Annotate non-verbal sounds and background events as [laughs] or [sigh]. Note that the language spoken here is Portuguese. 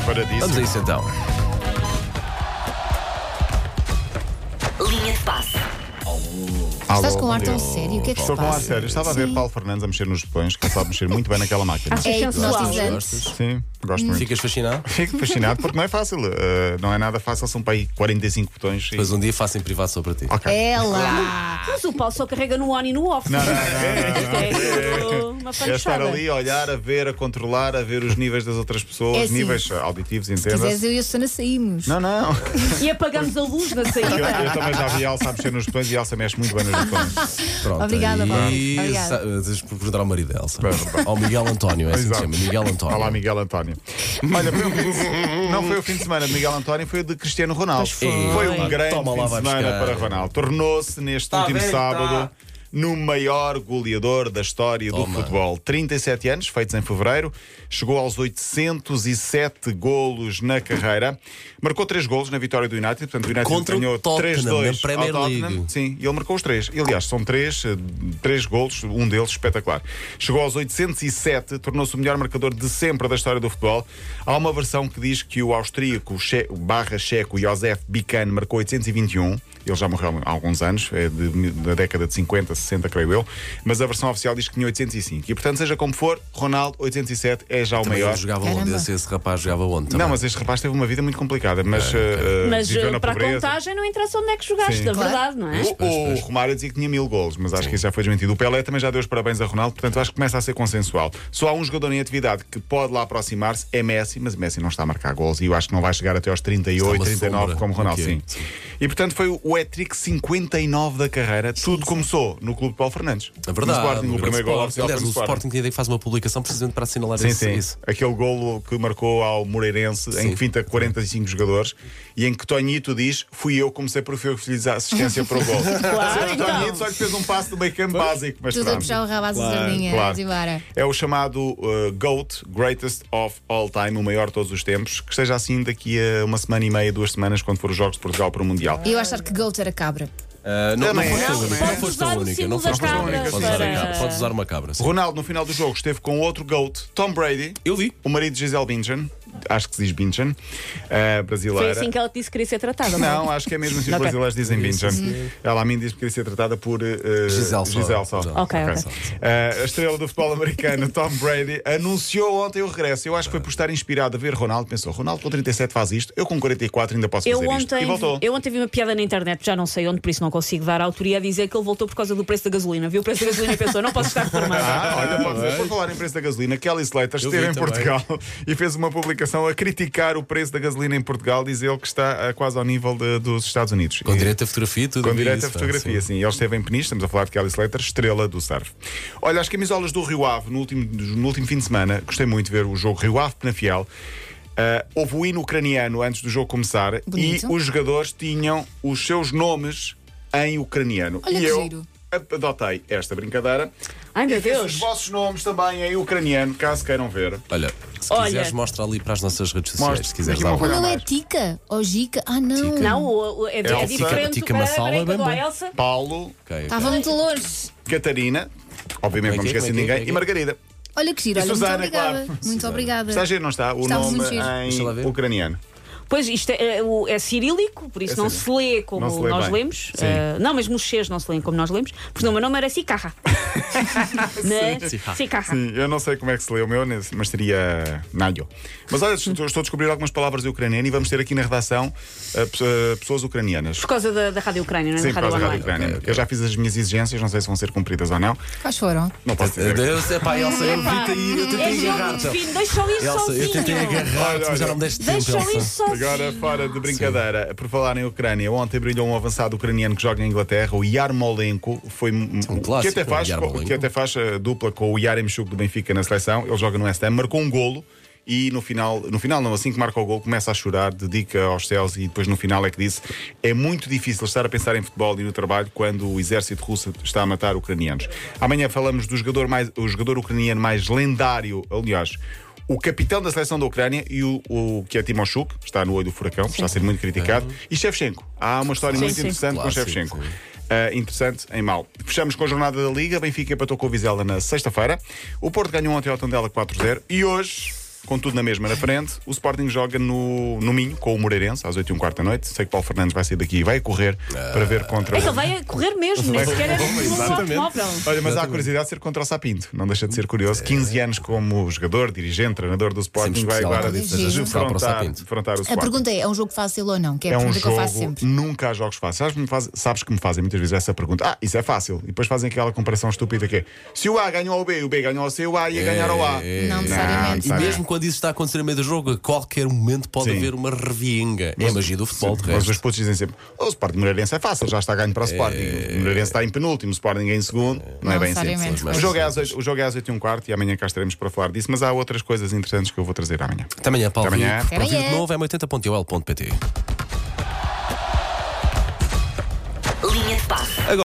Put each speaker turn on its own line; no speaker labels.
Paradiso.
Vamos a isso então.
Linha de passe.
Estás
Alô,
com um ar
bom
tão
dia.
sério, o que é que se
Estou com um ar
passa?
sério. Estava a ver
Sim.
Paulo Fernandes a mexer nos botões, que ele sabe mexer muito bem naquela máquina.
É
sensual.
hipnotizante.
Sim, gosto muito.
Ficas fascinado?
Fico fascinado porque não é fácil. eh, não é nada fácil, são para aí 45 botões. E...
Depois um dia faço em privado só para ti.
Ok.
É. Ela!
Mas o Paulo só carrega no on e no off.
Não, não, não, não, não.
É tudo
É
uma
estar
panchada.
ali a olhar, a ver, a controlar, a ver os níveis das outras pessoas,
É assim.
níveis eh, auditivos,
Quiseres
entenda-se.
eu e a Susana saímos.
Não, não. [laughs]
E apagamos a luz na
Eu,
saída.
eu também já vi a Elsa a mexer nos botões e a Elsa mexe muito bem nos botões.
Pronto.
Obrigada, Paulo.
e...
Obrigada.
sa- eh, Tens por perguntar ao marido dela. sabe?
Pronto, pronto.
Ao Miguel António, é assim que se
Exato.
chama. Miguel António.
Olá, Miguel António. Olha, foi um fim de se- não foi o fim de semana de Miguel António, foi o de Cristiano Ronaldo.
foi.
um grande
Toma lá,
fim de
vai
semana
buscar.
para Ronaldo. Tornou-se neste
Tá
último
bem,
sábado
tá.
no maior goleador da história do
Toma.
futebol. 37 anos, feitos em fevereiro, chegou aos 807 golos na carreira. Marcou 3 golos na vitória do United, portanto o United
Contra o
ganhou
Tottenham,
3-2
na Premier
ao Tottenham.
League.
Sim, e ele marcou os três. E, Aliás, são três, eh, três golos, um deles espetacular. Chegou aos 807, tornou-se o melhor marcador de sempre da história do futebol. Há uma versão que diz que o austríaco che- barra checo Josef Bican marcou 821. Ele já morreu há alguns anos, é de, mi- da década de 50, 60, creio eu. Mas a versão oficial diz que tinha 805. E, portanto, seja como for, Ronaldo, 807, é já o
Também
maior.
ele jogava onde?
Caramba.
Esse, esse rapaz jogava onde? também? É,
Não, mas este rapaz teve uma vida muito complicada. Mas, eh, eh,
Mas
viveu na
eh, para a
pobreza.
contagem não interessa onde é que jogaste,
Sim. Uh,
na
Claro.
verdade, não é?
O- O Romário dizia que tinha mil golos, mas acho que isso já foi desmentido. O Pelé também já deu os parabéns a Ronaldo, portanto acho que começa a ser consensual. Só há um jogador em atividade que pode lá aproximar-se, é Messi, mas Messi não está a marcar golos e eu acho que não vai chegar até aos 38,
Está uma
39
sombra.
como Ronaldo.
Ok,
Sim.
sim.
E portanto foi o hat-trick 59 da carreira. Tudo começou no clube de Paulo Fernandes.
É
No
verdade.
Sporting,
um
o
grande
primeiro gol
Sporting.
oficial foi
Aliás,
no
o
Sporting.
Sporting tem que faz uma publicação precisamente para assinalar
Sim,
esse-
sim.
isso.
Aquele golo que marcou ao Moreirense em que
Sim.
finta 45 jogadores e em que Tonhito diz: Fui eu que comecei por oferecer a assistência para o [laughs] gol.
Claro,
Sendo
então.
Tonhito só que fez um passo do meio campo básico. Mas
Tudo a
pronto. Ah,
puxar o rabo à sardinha.
Claro.
Vamos embora.
É o chamado uh, GOAT, Greatest of All Time, o maior de todos os tempos, que esteja assim daqui a uma semana e meia, duas semanas, quando for os Jogos de Portugal para o Mundial.
E eu achar que Gold era cabra.
Ah, não, não
Também
foste
é.
a
Não,
única. Não
podes
foste a única. Não
usar o símbolo da
foste a
cabra
única. Podes usar a
para-
cabra. Podes usar uma cabra. sim.
Ronaldo, no final do jogo, esteve com outro GOAT, Tom Brady.
Eu vi.
O marido de Gisele Bündchen, acho que se diz Bündchen, uh,
Foi
brasileira.
assim que ela te disse que queria ser tratada. é?
Não, acho que é mesmo assim. Os
Ok.
brasileiros dizem Binjan. Ela a mim diz que queria ser tratada por eh,
Gisele só.
Gisele só.
Gisele.
Ok, ok.
Eh, a estrela do futebol americano, Tom Brady, anunciou ontem o regresso. Eu acho que foi por estar inspirado a ver Ronaldo. Pensou, Ronaldo com 37 faz isto, eu com 44 ainda posso
Eu
fazer isto.
ontem,
E voltou.
eu ontem vi uma piada na internet, já não sei onde, por isso não consigo dar a autoria a dizer que ele voltou por causa do preço da gasolina. Viu o preço da gasolina e pensou, não posso estar reformado.
Ah, olha, pode dizer, por falar em preço da gasolina, Kelly Slater
Eu
esteve
vi
em
também.
Portugal e fez uma publicação a criticar o preço da gasolina em Portugal, diz ele que está ah, quase ao nível de- dos Estados Unidos.
Com
E-
direito a fotografia e tudo.
Com
vi
direito
isso,
à
pá,
fotografia,
sim.
sim. Ele esteve em Peniche, estamos a falar de Kelly Slater, estrela do surf. Olha, as camisolas do Rio Ave, no último, no último fim de semana, gostei muito de ver o jogo Rio Ave Penafiel. Ah, houve o hino ucraniano antes do jogo começar
Bonito.
e os jogadores tinham os seus nomes em ucraniano.
Olha
e
que
eu
giro.
adotei esta brincadeira.
Ai meu
Os
Deus.
vossos nomes também em ucraniano, caso queiram ver.
Olha, se
Olha.
quiseres, mostra ali para as nossas redes sociais.
Mostra.
Se quiseres
Aqui uma
dar
O
uma
coisa.
meu é
mais.
Tica ou Gica. Ah, não.
Não, o- o- é, é
Elsa.
diferente.
Tica Massala,
Peraí, peraí,
bem,
peraí,
bem.
Elsa.
Paulo,
Ok, ok.
Estava muito longe.
Catarina, obviamente não
Como
me
é que é,
esqueci de
como é que
ninguém,
é, como é que
e
é?
Margarida.
Olha que
E
giro. Olha, muito
Susana,
obrigada.
claro.
Muito obrigada.
Está a giro, não está? O
Está muito
nome
giro.
Deixa lá
em
ver.
ucraniano.
Pois isto é, é, o- é cirílico, por isso
É
não se
cirílico.
lê como
Não se lê
nós
bem.
lemos.
Sim.
Eh, não, mas nos Cs não se lê como nós lemos. Porque o meu nome
[laughs]
era Cicarra. Né?
Cicarra.
Cicarra.
Sim, eu não sei como é que se lê o meu, nesse- mas seria Nadio. Mas olha, estou estou a descobrir algumas palavras de ucraniano e vamos ter aqui na redação eh, pe- eh, pessoas ucranianas.
Por causa da, da Rádio Ucrânia, não é?
Sim,
da
por causa da
Rádio
Rádio
Online.
Ucrânia.
Ok, ok.
Eu já fiz as minhas exigências, não sei se vão ser cumpridas ou não.
Quais foram?
Não posso dizer.
Deus, é pá, Elsa, eu vi-te aí, eu
É
tentei
jogo de
agarrar-te.
fim, deixa eu ir
Elsa, eu tentei
sozinho.
agarrar-te,
Olha,
mas já não
olha.
me deste tempo,
Deixa eu ir
Elsa.
sozinho.
Agora, fora de brincadeira, por falar em Ucrânia, ontem brilhou um avançado ucraniano que joga em Inglaterra, o Yarmolenko, foi um
um clássico,
que até faz,
o Yarmolenko.
que até faz eh, dupla com o Yaremchuk do Benfica na seleção, ele joga no West Ham, marcou um golo e no final, no final não, assim que marca o golo, começa a chorar, dedica aos céus e depois no final é que disse: "É muito difícil estar a pensar em futebol e no trabalho quando o exército russo está a matar ucranianos". Amanhã falamos do jogador mais o jogador ucraniano mais lendário, aliás, o capitão da seleção da Ucrânia e o, o que é Timoshuk, está no olho do furacão, está a ser muito criticado, e Shevchenko. Há uma história muito
sim.
interessante com
Clássico,
Shevchenko.
sim.
Uh, interessante em mal. Fechamos com a jornada da Liga. Benfica empatou com o Vizela na sexta-feira. O Porto ganhou ontem ao Tondela 4-0. E hoje Contudo, na mesma, na frente, o Sporting joga no, no Minho, com o Moreirense, às 8 e um quarto da noite. Sei que Paulo Fernandes vai sair daqui e vai correr para ver contra
É que
o.
ele vai a correr mesmo, nem
Vai-
sequer é no
Exatamente. É.
automóvel.
Olha, mas há a curiosidade de ser contra o Sapinto, não deixa de ser curioso. 15 anos como jogador, dirigente, treinador do Sporting,
Sempre
vai
especial,
agora
acredito
que seja
especial para o
defrontar
Sapinto.
defrontar o
A
Sporting.
pergunta é: é um jogo fácil ou não? Que é a
É um
pergunta que
jogo,
eu faço sempre.
nunca há jogos fáceis. Sabes, que me faz- sabes que me fazem muitas vezes essa pergunta. Ah, isso é fácil. E depois fazem aquela comparação estúpida que é se o A ganhou ao B, o B ganhou ao C, o A ia ganhar ao A.
É,
Não necessariamente.
E mesmo quando isso está a acontecer no meio do jogo, a qualquer momento pode
Sim.
haver uma revienga. É a magia do futebol, de
Mas os
resto.
putos dizem sempre: "Oh, o Sporting Moreirense é fácil, já está ganho para o Sporting. O Moreirense está em penúltimo, o Sporting é em segundo. Não é
Não
bem
necessariamente.
assim. O jogo é às oito- O jogo é às 8 e um quarto e amanhã cá estaremos para falar disso, mas há outras coisas interessantes que eu vou trazer amanhã.
Até amanhã, Paulo.
Até amanhã.
Rico. Para
Até
ouvir de
amanhã.
novo é 80.ol.pt.